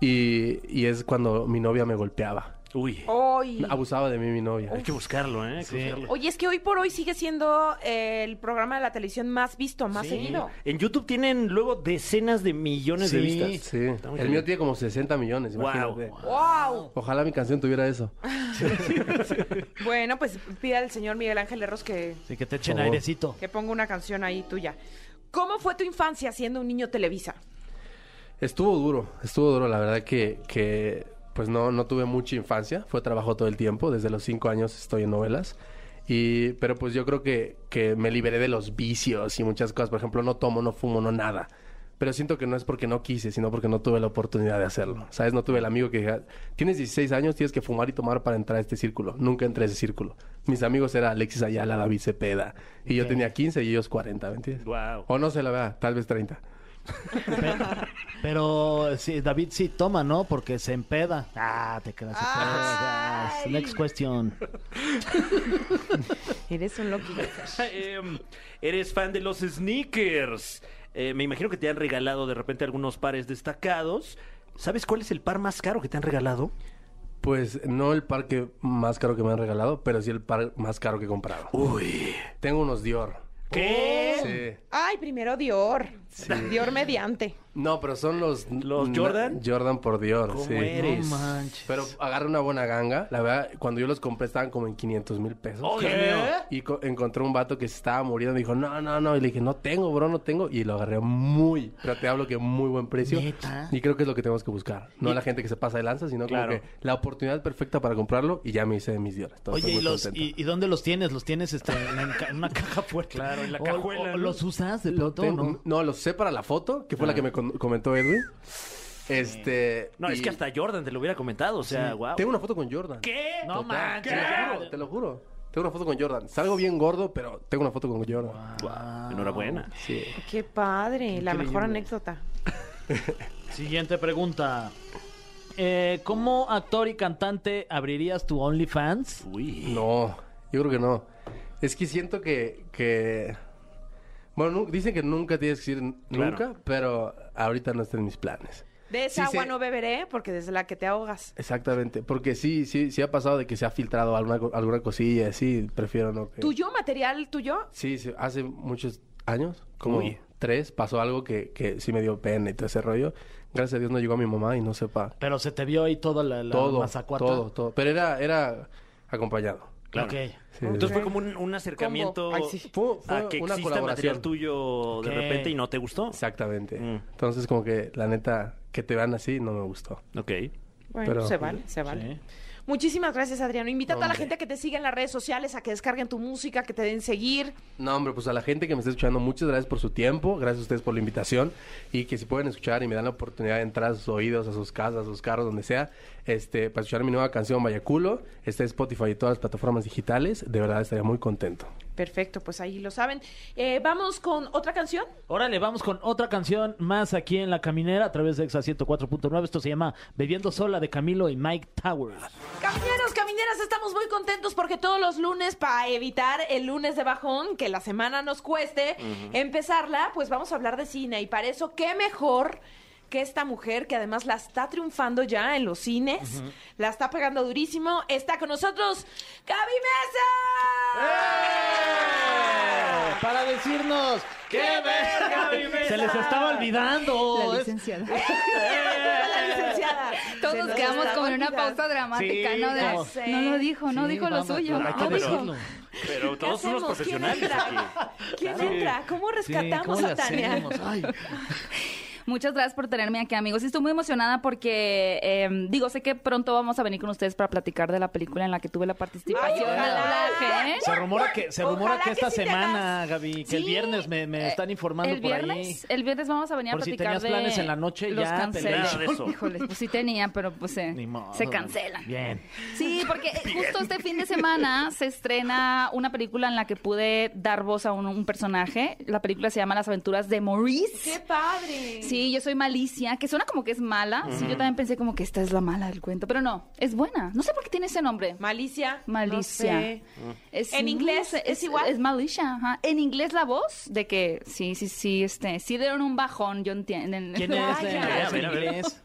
Y, y es cuando mi novia me golpeaba.
Uy,
Oh.
Hoy.
Abusaba de mí mi novia.
hay que buscarlo, ¿eh? Hay que buscarlo.
Oye, es que hoy por hoy sigue siendo eh, el programa de la televisión más visto, más seguido.
En YouTube tienen luego decenas de millones de
Sí.
vistas.
Sí.
Está muy
El mío
genial.
tiene como 60 millones,
Wow.
imagínate.
¡Wow!
Ojalá mi canción tuviera eso.
Bueno, pues pida al señor Miguel Ángel Herros que,
Sí, que te echen
Por favor.
airecito.
que ponga una canción ahí tuya. ¿Cómo fue tu infancia siendo un niño Televisa?
Estuvo duro, estuvo duro. La verdad que, que, pues no, no tuve mucha infancia. Fue trabajo todo el tiempo. Desde los cinco años estoy en novelas. Y, pero pues yo creo que, que me liberé de los vicios y muchas cosas. Por ejemplo, no tomo, no fumo, no nada. Pero siento que no es porque no quise, sino porque no tuve la oportunidad de hacerlo. ¿Sabes? No tuve el amigo que dijera, tienes 16 años, tienes que fumar y tomar para entrar a este círculo. Nunca entré a ese círculo. Mis amigos eran Alexis Ayala, David Cepeda. Y yo tenía 15 y ellos 40, ¿me entiendes?
Guau.
O no sé, la verdad, tal vez 30.
Pero, pero, sí, David sí toma, ¿no? Porque se empeda. Ah, te quedas. te quedas.
Ay.
Next question.
Eres un loquillo.
Em, eres fan de los sneakers. Eh, me imagino que te han regalado de repente algunos pares destacados. ¿Sabes cuál es el par más caro que te han regalado?
Pues no el par que más caro que me han regalado, pero sí el par más caro que he comprado.
Uy.
Tengo unos Dior.
¿Qué?
Sí.
Ay, primero Dior. Dior mediante.
No, pero son los...
¿Los
na-
Jordan?
Jordan por Dior,
¿Cómo
sí.
eres?
No manches.
Pero agarra una buena ganga. La verdad, cuando yo los compré estaban como en 500 mil pesos.
¡Oh, Dios mío!
Y co- encontré un vato que se estaba muriendo. Me dijo, no, no, no. Y le dije, no tengo, bro, no tengo. Y lo agarré muy, pero te hablo que muy buen precio.
¿Neta?
Y creo que es lo que tenemos que buscar. No la gente que se pasa de lanza, sino como
Claro.
que la oportunidad perfecta para comprarlo. Y ya me hice de mis diores. Entonces,
Oye, ¿y,
estoy muy
los,
contento.
y, y dónde los tienes? ¿Los tienes este, en, la enca- en una caja fuerte?
Claro, en la
O-
cajuela,
o
¿no?
¿Los usas de
Lo
pronto o
tengo-
no?
no, lo sé para la foto, que fue la que me con- comentó Edwin. Este...
Ah. No, es
y
que hasta Jordan te lo hubiera comentado, o sea, wow.
Tengo una foto con Jordan.
¿Qué?
No
Total,
manches.
Te lo juro, te lo juro. Tengo una foto con Jordan. Salgo bien gordo, pero tengo una foto con Jordan.
Guau, Enhorabuena.
Sí.
Qué padre. La mejor anécdota.
Siguiente pregunta. Eh, ¿Cómo actor y cantante abrirías tu OnlyFans?
Uy.
No, yo creo que no. Es que siento que... que... Bueno, nu- dicen que nunca tienes que decir n-
Claro.
nunca, pero ahorita no está en mis planes.
De esa
Sí,
agua
se-
no beberé porque desde la que te ahogas.
Exactamente, porque sí, sí, sí ha pasado de que se ha filtrado alguna, co- alguna cosilla, sí, prefiero no. que-
¿Tuyo? ¿Material tuyo?
Sí, sí, hace muchos años, como tres, pasó algo que, que sí me dio pena y todo ese rollo. Gracias a Dios no llegó a mi mamá y no sepa
Pero se te vio ahí toda la, la
todo,
mazacuata.
todo, todo. Pero era, era acompañado.
Claro.
Ok.
Sí,
Entonces
sí.
fue como un, un acercamiento
Combo. Ay, sí.
Fue- fue
a que
una
exista
colaboración.
material tuyo de
Ok.
repente y no te gustó.
Exactamente.
Mm.
Entonces, como que la neta, que te vean así no me gustó.
Ok.
Bueno,
Pero-
se vale, se vale. Muchísimas gracias, Adriano. Invita a toda la gente a que te siga en las redes sociales, a que descarguen tu música, que te den seguir.
No, hombre, pues a la gente que me está escuchando, muchas gracias por su tiempo, gracias a ustedes por la invitación y que si pueden escuchar y me dan la oportunidad de entrar a sus oídos, a sus casas, a sus carros, donde sea, este, para escuchar mi nueva canción Vallaculo, está en Spotify y todas las plataformas digitales, de verdad estaría muy contento.
Perfecto, pues ahí lo saben. Eh, Vamos con otra canción.
Órale, vamos con otra canción más aquí en La Caminera a través de Exa 104.9. Esto se llama Bebiendo Sola de Camilo y Mike Towers.
Camineros, camineras, estamos muy contentos porque todos los lunes, para evitar el lunes de bajón, que la semana nos cueste empezarla, pues vamos a hablar de cine. Y para eso, qué mejor que esta mujer que además la está triunfando ya en los cines, la está pegando durísimo. Está con nosotros Gaby Mesa.
¡Eh!
¡Eh!
Para decirnos ¡Qué verga, Se les estaba olvidando.
La
Es- Eh,
La
licenciada.
licenciada. Todos
Nos quedamos como en una pausa dramática,
Sí,
¿no? De,
como-
no lo dijo, no
Sí,
dijo
vamos,
lo suyo.
pero hay que
No dijo.
decirlo.
Pero
¿Qué
todos somos
hacemos? ¿Quién
profesionales
entra?
aquí.
¿Quién entra? ¿Cómo
Sí,
rescatamos
¿cómo le
a Tania?
hacemos? Ay.
Muchas gracias por tenerme aquí, amigos. Estoy muy emocionada porque, eh, digo, sé que pronto vamos a venir con ustedes para platicar de la película en la que tuve la participación
Ay,
de
ojalá.
doblaje. ¿eh?
Se rumora que, se
Ojalá
rumora que
que
esta
sí te
semana, Gaby, que el
Sí,
viernes me, me
eh,
están informando
el
por ahí.
viernes, El viernes vamos a venir
Por
a
si
platicar
tenías
de
planes en la noche,
los
ya,
canceles.
nada de eso.
Híjoles, pues sí tenía, pero pues se,
Ni modo.
se cancela.
Bien.
Sí, porque eh, justo este fin de semana se estrena una película en la que pude dar voz a un, un personaje. La película se llama Las aventuras de
¡Qué
Maurice.
padre!
Sí, yo soy Malicia, que suena como que es mala. Sí, yo también pensé como que esta es la mala del cuento, pero no, es buena. No sé por qué tiene ese nombre.
Malicia.
Malicia.
No sé.
Es-
¿En inglés
no sé,
es igual?
Es Malicia, ajá. En inglés la voz de que sí, sí, sí, este, sí dieron un bajón, yo entiendo.
¿Quién es?
Vaya.
eh?
A
¿Es
ver, a ver.
inglés?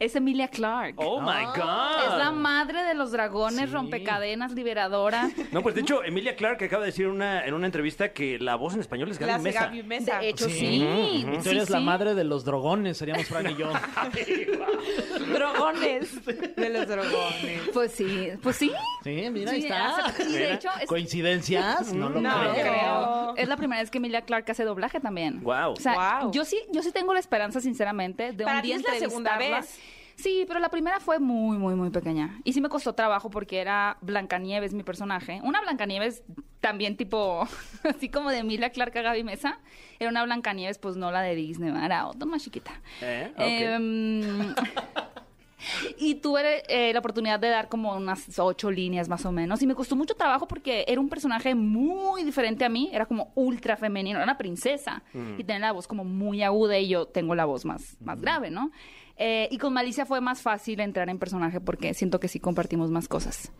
Es Emilia Clark.
Oh my God.
Es la madre de los dragones,
Sí.
rompecadenas, liberadora.
No, pues de hecho, Emilia Clark acaba de decir una, en una entrevista que la voz en español es
La
Gaby
hace
Mesa.
Gaby Mesa.
De hecho,
Sí.
sí.
Y tú
sí,
eres la
sí.
madre de los drogones, seríamos Fran y yo.
Drogones. De los drogones.
Pues sí, pues sí.
Sí, mira, ahí
Sí,
está.
hace- y de
Mira.
hecho es-
¿Coincidencias? No lo
No,
creo.
creo.
Es la primera vez que Emilia Clark hace doblaje también.
Guau.
O sea,
Guau.
yo sí, yo sí tengo la esperanza, sinceramente, de
Para
un
ti
día
es la segunda
entrevistarla.
vez.
Sí, pero la primera fue muy, muy, muy pequeña. Y sí me costó trabajo porque era Blancanieves mi personaje. Una Blancanieves también tipo, así como de Emilia Clark a Gaby Mesa. Era una Blancanieves, pues no la de Disney, ¿verdad? era otra más chiquita.
¿Eh? Ok.
Em, y tuve eh, la oportunidad de dar como unas ocho líneas más o menos. Y me costó mucho trabajo porque era un personaje muy diferente a mí. Era como ultra femenino, era una princesa.
Mm.
Y tenía la voz como muy aguda y yo tengo la voz más, más grave, ¿no? Eh, y con Malicia fue más fácil entrar en personaje porque siento que sí compartimos más cosas.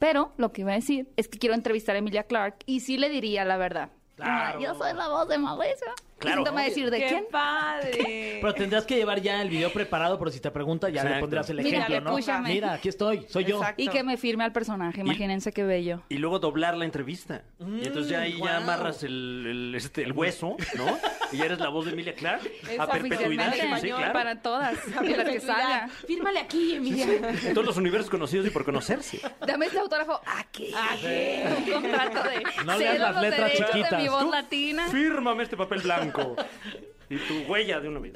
Pero lo que iba a decir es que quiero entrevistar a Emilia Clark y sí le diría la verdad. Yo soy la voz de Malicia.
Claro.
Y tú me vas a decir de
¡Qué
quién.
padre!
Pero tendrás que llevar ya el video preparado por si te pregunta, ya le
Exacto.
pondrás el
Mira,
ejemplo, ¿no?
escúchame.
Mira, aquí estoy, soy yo.
Exacto.
Y que me firme al personaje, imagínense qué bello.
Y luego doblar la entrevista. y entonces ya ahí ya
guau.
amarras el, el, este, el hueso, ¿no? Y ya eres la voz de Emilia Clark a perpetuidad.
Oficialmente
Sí,
en
sí,
español
claro.
para todas, en las que salga.
Fírmale aquí, Emilia.
En todos los universos conocidos y por conocerse.
Dame este autógrafo. ¿A qué?
¿A qué?
Un contrato de
No leas
cedo
las
los
letras
derechos de
chiquitas.
mi voz
Tú
latina.
Fírmame este papel blanco. Y tu huella de una vez.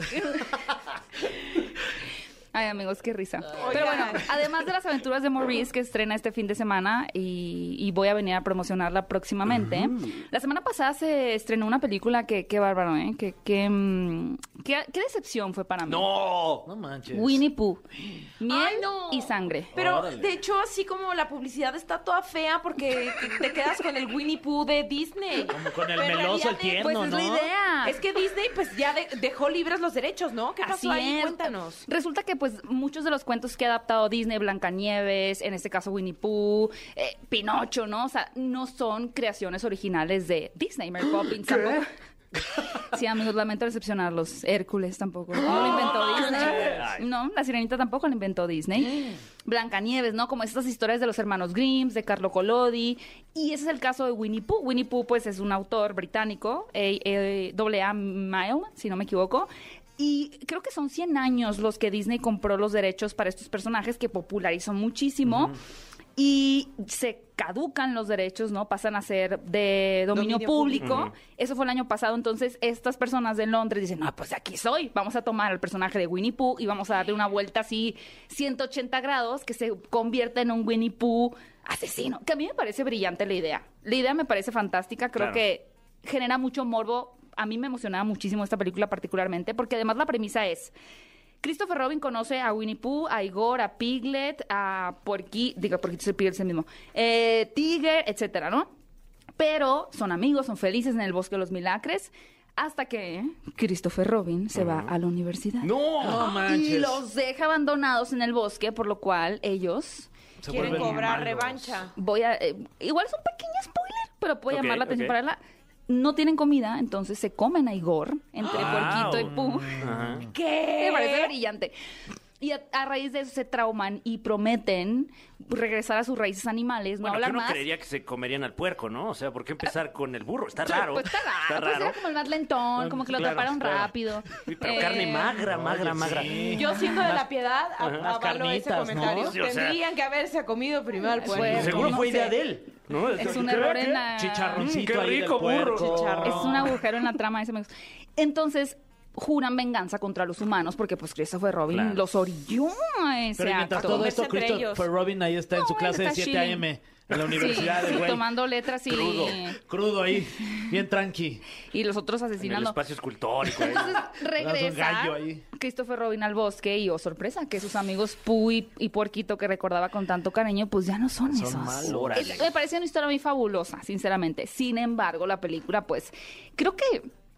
Ay, amigos, qué risa. Pero bueno, además de las aventuras de Maurice que estrena este fin de semana y, y voy a venir a promocionarla próximamente. La semana pasada se estrenó una película que, qué bárbaro, ¿eh? Que, que, mm, qué- qué decepción fue para mí.
¡No!
No manches.
Winnie Pooh. Miel
Ay, no.
y sangre.
Pero
Órale.
de hecho, así como la publicidad está toda fea porque te quedas con el Winnie Pooh de Disney.
Como con el
Pero en
meloso, el
realidad,
tierno,
Pues
¿no?
es la idea.
Es que Disney pues ya de- dejó libres los derechos, ¿no? ¿Qué pasó ahí?
es.
Cuéntanos.
Resulta que pues muchos de los cuentos que ha adaptado Disney, Blancanieves, en este caso Winnie Pooh, eh, Pinocho, ¿no? O sea, no son creaciones originales de Disney, Mary Poppins tampoco. Sí, amigos, lamento decepcionarlos. Hércules tampoco. No lo inventó Disney. No, la sirenita tampoco la inventó Disney. Blancanieves, ¿no? Como estas historias de los hermanos Grimm, de Carlo Collodi. Y ese es el caso de Winnie Pooh. Winnie Pooh, pues, es un autor británico, eh, eh, doble A Mile, si no me equivoco. Y creo que son 100 años los que Disney compró los derechos para estos personajes que popularizó muchísimo. Y se caducan los derechos, ¿no? Pasan a ser de dominio,
Dominio
público.
público.
Ujú.
Eso fue el año pasado, entonces estas personas de Londres dicen, no, pues aquí soy, vamos a tomar al personaje de Winnie Pooh y vamos a darle una vuelta así 180 grados que se convierta en un Winnie Pooh asesino, que a mí me parece brillante la idea. La idea me parece fantástica, creo
Claro.
que genera mucho morbo. A mí me emocionaba muchísimo esta película particularmente, porque además la premisa es... Christopher Robin conoce a Winnie Pooh, a Igor, a Piglet, a Porky, digo, Porky es el Piglet es el mismo, eh, Tiger, etcétera, ¿no? Pero son amigos, son felices en el bosque de los milagres, hasta que Christopher Robin se va a la universidad.
¡No!
No
Y
manches.
los deja abandonados en el bosque, por lo cual ellos
Se
Quieren
vuelven
cobrar
malos.
revancha.
voy a. eh, igual es un pequeño spoiler, pero puede
Ok,
llamar la atención
ok.
para la. No tienen comida, entonces se comen a Igor entre
Wow.
Porquito y Pooh.
Ajá.
¿Qué?
Me parece brillante. Y a, a raíz de eso se trauman y prometen regresar a sus raíces animales,
Bueno,
no
que
hablar
uno
más.
creería que se comerían al puerco, ¿no? O sea, ¿por qué empezar con el burro? Está
Pues,
raro.
Pues está raro. Pues era como el más lentón, como que lo
Claro,
taparon
claro.
rápido.
Uy, Pero
Eh,
carne magra, magra,
Oye,
magra.
sí.
Yo siendo de la piedad, a-
Las
avalo ese
carnitas, ¿no?
comentario.
Sí, o sea-
Tendrían que haberse comido primero al pueblo.
Pues,
Seguro
no
fue
sé.
idea de él. ¿no?
Es un error en la...
Chicharroncito
Mm, qué
ahí del
rico, burro.
puerco.
Chicharrón.
Es un agujero en la trama de ese amigos. Entonces, juran venganza contra los humanos porque pues Christopher Robin
Claro.
los orilló a ese
Pero mientras
acto.
todo esto,
Comerse entre
Christopher
ellos.
Robin ahí está en su
No,
clase de
está
7
chilling.
AM en la universidad,
sí,
el
sí,
güey.
tomando letras y,
Crudo, crudo ahí, bien tranqui.
y los otros
En el
asesinando.
espacio escultórico. ¿eh? ahí.
Entonces
Lanza un gallo
regresa
ahí.
Christopher Robin al bosque y, oh sorpresa, que sus amigos Pooh y, y Puerquito que recordaba con tanto cariño, pues ya no son, esos.
malos.
Órale.
Es- me parece una historia muy fabulosa, sinceramente. Sin embargo, la película, pues, creo que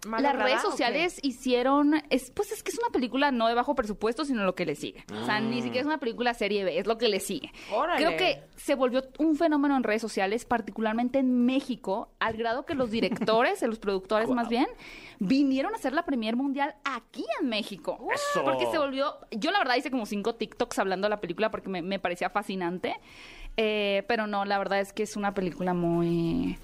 ¿Mal
las
lograda
redes
o qué?
sociales hicieron, es, pues es que es una película no de bajo presupuesto, sino lo que le sigue. O sea, ni siquiera es una película serie B, es lo que le sigue.
Órale.
Creo que se volvió un fenómeno en redes sociales, particularmente en México, al grado que los directores, los productores más bien, vinieron a hacer la premier mundial aquí en México.
Eso.
Porque se volvió, yo la verdad hice como cinco TikToks hablando de la película porque me, me parecía fascinante, Eh, pero no, la verdad es que es una película muy,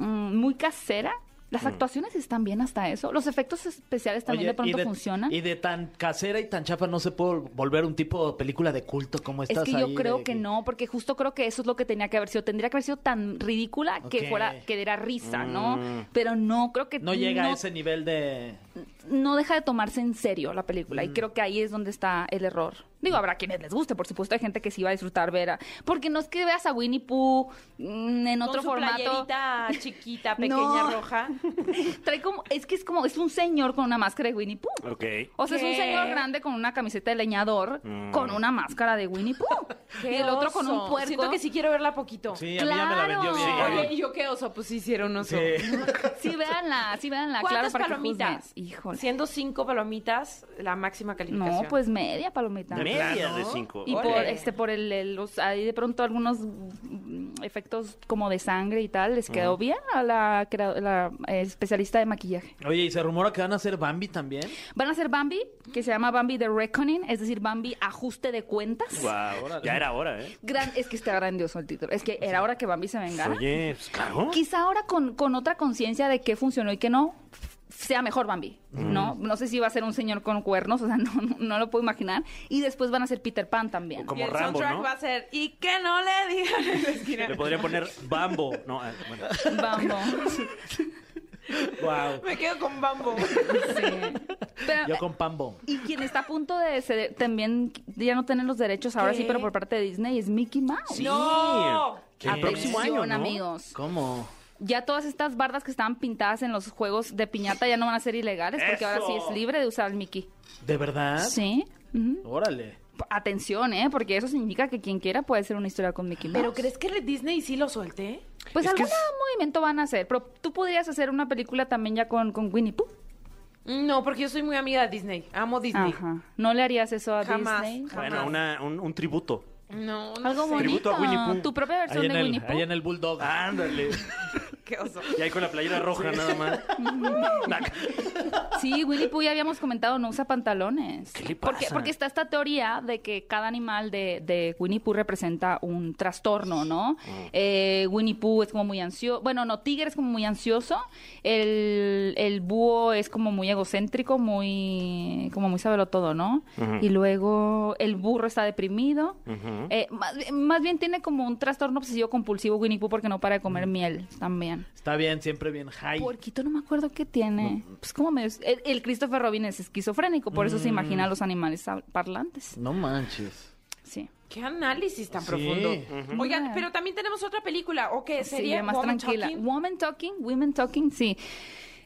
mm, muy casera. Las actuaciones están bien hasta eso. Los efectos especiales también
Mm. Oye,
de pronto funcionan.
Y de tan casera y tan chafa no se puede volver un tipo de película de culto como
Es
estas
que yo
ahí
creo
de-
que no, porque justo creo que eso es lo que tenía que haber sido. Tendría que haber sido tan ridícula
Ok. Mm.
que fuera, que diera risa, ¿no? Pero no, creo que
No llega a ese nivel de...
no deja de tomarse en serio la película. Y
Mm.
creo que ahí es donde está el error. Digo, habrá quienes les guste, por supuesto, hay gente que sí va a disfrutar ver a... Porque no es que veas a Winnie Pooh mm, en
Con
otro
su
formato.
playerita chiquita, pequeña,
No.
roja.
Trae como, es que es como, es un señor con una máscara de Winnie Pooh.
Ok.
O sea, es un
¿Qué?
señor grande con una camiseta de leñador,
Mm.
con una máscara de Winnie Pooh. y
Qué
el otro con un
oso.
puerco.
Siento que sí quiero verla poquito.
Sí, a mí ya me la vendió bien.
Claro.
Oye, ¿y yo qué oso? Pues sí, hicieron oso.
Sí, véanla, sí,
¿Cuántas
véanla. Ah, claro, para que
palomitas?
juzguen. Híjole.
Siendo cinco palomitas, la máxima calificación.
No, pues media palomita.
De media
plano.
de cinco.
Y
Ole.
por, este, por el, el- los, hay de pronto algunos mm, efectos como de sangre y tal, les quedó bien a la, crea- la, eh, especialista de maquillaje.
Oye, y se rumora que van a hacer Bambi también.
Van a hacer Bambi, que se llama Bambi The Reckoning, es decir, Bambi Ajuste de Cuentas.
Wow, ya era hora, ¿eh?
Gran, es que está grandioso el título. Es que era hora que Bambi se vengara.
Oye, pues claro.
Quizá ahora con, con otra conciencia de qué funcionó y qué no, sea mejor Bambi, ¿no? No sé si va a ser un señor con cuernos, o sea, no, no, no lo puedo imaginar. Y después van a ser Peter Pan también.
Como
y el
Rambo,
soundtrack
¿no?
va a ser y que no le digan en la esquina.
Le podría poner Bambo. No, eh, bueno.
Bambo.
Wow.
Me quedo con Bambo.
Sí. Pero-
Yo con Pambo.
y quien está a punto de ceder- también de ya no tener los derechos ahora sí,
¿Qué?
pero por parte de Disney es Mickey Mouse.
Sí.
No.
El próximo año,
Atención,
¿no?
amigos.
¿Cómo?
Ya todas estas bardas que estaban pintadas en los juegos de piñata ya no van a ser ilegales porque ahora sí
¡Eso!
es libre de usar el Mickey.
¿De verdad?
Sí. Ujú.
Órale.
Atención, ¿eh? Porque eso significa que quien quiera puede hacer una historia con Mickey Mouse.
¿Pero crees que Disney sí lo solté?
Pues
Es que
algún
es-
movimiento van a hacer. Pero tú podrías hacer una película también ya con, con Winnie Pooh.
No, porque yo soy muy amiga de Disney. Amo Disney.
Ajá. ¿No le harías eso a
Jamás.
Disney?
Bueno, una, un, un tributo.
No, no
Algo
sé.
bonito.
Tributo a Winnie Pooh.
Tu propia versión
Ahí en,
de Winnie
el,
Pooh.
ahí en el Bulldog.
Ah. Ándale.
Qué oso.
Y ahí con la playera roja nada más.
Sí, Winnie Pooh ya habíamos comentado, no usa pantalones.
¿Qué le
Porque,
pasa?
porque está esta teoría de que cada animal de, de Winnie Pooh representa un trastorno, ¿no?
Mm.
Eh, Winnie Pooh es como muy ansioso. Bueno, no, Tigre es como muy ansioso. El, el búho es como muy egocéntrico, muy como muy sabelo todo, ¿no? Y luego el burro está deprimido. Eh, más, bi- más bien tiene como un trastorno obsesivo compulsivo Winnie Pooh porque no para de comer miel también.
Está bien, siempre bien high.
Porquito no me acuerdo qué tiene. Pues como medio... El, el Christopher Robin es esquizofrénico, por eso se imagina a los animales hab- parlantes.
No manches.
Sí.
Qué análisis tan
Sí.
profundo.
Ujú.
Oigan, pero también tenemos otra película. ¿O qué?
Sí,
Sería
más
Woman
tranquila.
Talking?
Woman Talking, Women Talking, sí.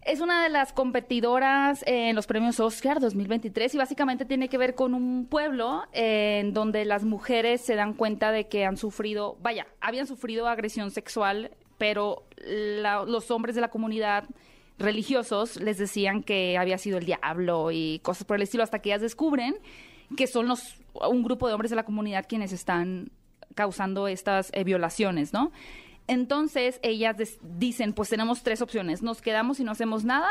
Es una de las competidoras en los premios Oscar 2023 y básicamente tiene que ver con un pueblo eh, en donde las mujeres se dan cuenta de que han sufrido, vaya, habían sufrido agresión sexual, pero la- los hombres de la comunidad religiosos les decían que había sido el diablo y cosas por el estilo hasta que ellas descubren que son los un grupo de hombres de la comunidad quienes están causando estas eh, violaciones, ¿no? Entonces ellas des- dicen, pues tenemos tres opciones, nos quedamos y no hacemos nada,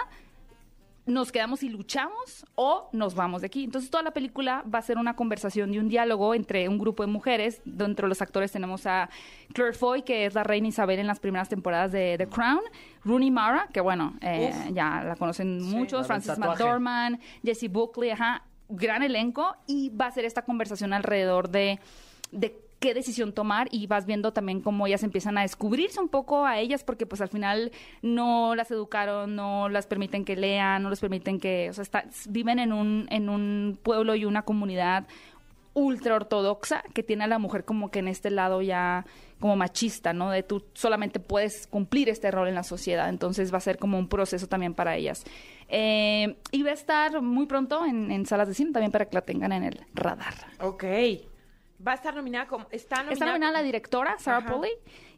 nos quedamos y luchamos o nos vamos de aquí. Entonces toda la película va a ser una conversación y un diálogo entre un grupo de mujeres. Dentro de los actores tenemos a Claire Foy, que es la reina Isabel en las primeras temporadas de The Crown, Rooney Mara, que bueno, eh, ya la conocen muchos,
la del
Francis
tatuaje.
McDormand, Jesse Buckley, ajá, gran elenco y va a ser esta conversación alrededor de... de qué decisión tomar y vas viendo también cómo ellas empiezan a descubrirse un poco a ellas porque pues al final no las educaron, no las permiten que lean, no les permiten que, o sea, está- viven en un en un pueblo y una comunidad ultra ortodoxa que tiene a la mujer como que en este lado ya como machista, ¿no? De tú solamente puedes cumplir este rol en la sociedad, entonces va a ser como un proceso también para ellas. Eh, y va a estar muy pronto en, en salas de cine también para que la tengan en el radar.
Ok. Va a estar nominada como. Está nominada.
Está nominada la directora, Sarah
Ajá.
Polley,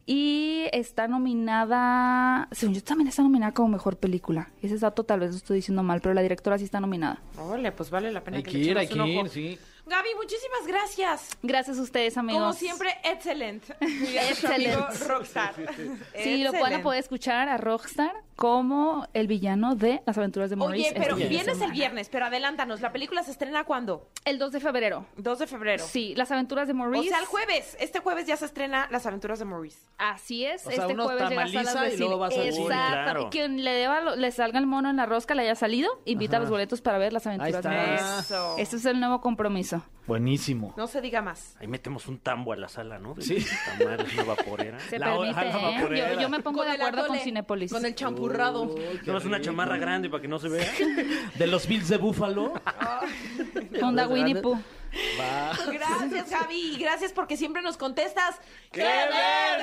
y está nominada, según yo también está nominada como mejor película. Ese dato tal vez lo estoy diciendo mal, pero la directora sí está nominada.
Órale, pues vale la pena
Hay
que,
que
le
ir, hay
echemos
que
un
ir,
ojo.
sí.
Gaby, muchísimas gracias.
Gracias a ustedes, amigos.
Como siempre, excelente.
Excelente.
Excelente. Rockstar.
Sí, lo van a
Excelente.
poder escuchar a Rockstar como el villano de Las aventuras de Maurice.
Oye, pero
este fin de
vienes el
semana.
viernes, pero adelántanos. ¿La película se estrena cuándo?
El 2 de febrero.
2 de febrero.
Sí, Las aventuras de
O
Maurice.
sea, el jueves. Este jueves ya se estrena Las aventuras de Maurice.
Así es,
O sea,
este
uno
jueves llega a salas
tamaliza
de
y
cine.
luego vas al
Exacto.
cine.
Claro.
Quien le deba lo- le salga el mono en la rosca, le haya salido, invita a los boletos para ver las aventuras de
está.
Maurice.
Eso.
Este es el nuevo compromiso.
Buenísimo.
No se diga más.
Ahí metemos un tambo a la sala, ¿no?
Sí.
Puta madre, una vaporera.
Se
La hora-
permite,
la
¿eh?
vaporera.
Yo, yo me pongo
Con
de
el
acuerdo con
atole,
Cinépolis.
Con el champurrado.
Tomas una chamarra grande para que no se vea.
De los Bills de Búfalo.
Onda Winnie Pooh.
Gracias, Gaby. y Gracias porque siempre nos contestas. ¡Qué
ver,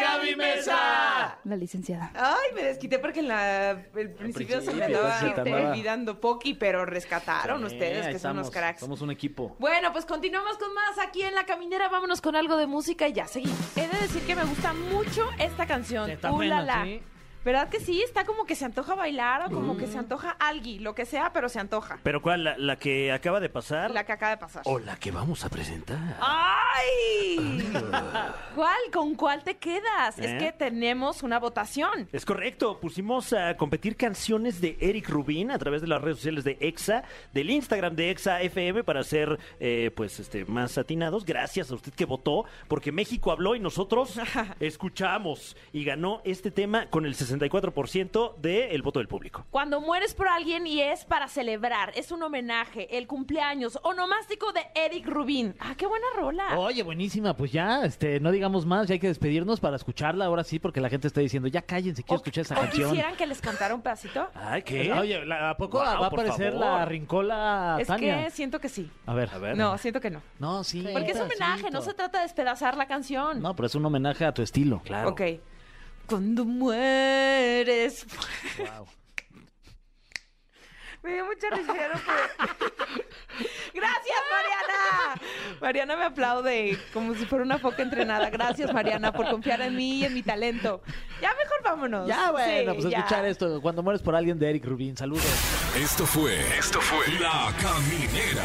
Gaby Mesa!
La licenciada.
Ay, me desquité porque en la, el principio se me
principio,
andaba
se te amaba.
olvidando Poki, pero rescataron
Sí,
ustedes,
ahí
que son unos
estamos.
cracks.
Somos un equipo.
Bueno, pues continuamos con más aquí en La Caminera. Vámonos con algo de música y ya seguimos. He de decir que me gusta mucho esta canción.
Está
Uh, la,
buena,
la.
¿sí? Mm.
¿Verdad que sí? Está como que se antoja bailar o como que se antoja alguien, lo que sea, pero se antoja.
¿Pero cuál? ¿La, la que acaba de pasar?
La que acaba de pasar.
¿O la que vamos a presentar?
¡Ay! ¿Cuál? ¿Con cuál te quedas?
¿Eh?
Es que tenemos una votación.
Es correcto, pusimos a competir canciones de Eric Rubin a través de las redes sociales de EXA, del Instagram de EXA FM para ser eh, pues este más atinados. Gracias a usted que votó, porque México habló y nosotros escuchamos y ganó este tema con el 64% del voto del público.
Cuando mueres por alguien y es para celebrar, es un homenaje, el cumpleaños onomástico de Eric Rubin. Ah, qué buena rola.
Oye, buenísima, pues ya, este, no digamos más, ya hay que despedirnos para escucharla ahora sí, porque la gente está diciendo, ya cállense, quiero escuchar esa
¿O
canción.
quisieran que les cantara un pedacito?
Ay,
Oye, ¿la- ¿a poco
Guau,
va a
por
aparecer
favor.
la rincola
Es
Ah, Tania?
que siento que sí.
A ver, a
ver.
No, siento que no.
No, sí.
Porque es
un
un homenaje, no se trata de despedazar la canción.
No, pero es un homenaje a tu estilo.
Claro.
Ok. Cuando mueres. Me dio mucha risa. ya no pude. Gracias, Mariana. Mariana me aplaude como si fuera una foca entrenada. Gracias, Mariana, por confiar en mí y en mi talento. Ya mejor vámonos.
Ya, bueno,
Sí,
pues
ya.
escuchar esto. Cuando mueres por alguien de Eric Rubin, saludos.
Esto fue. Esto fue. La Caminera.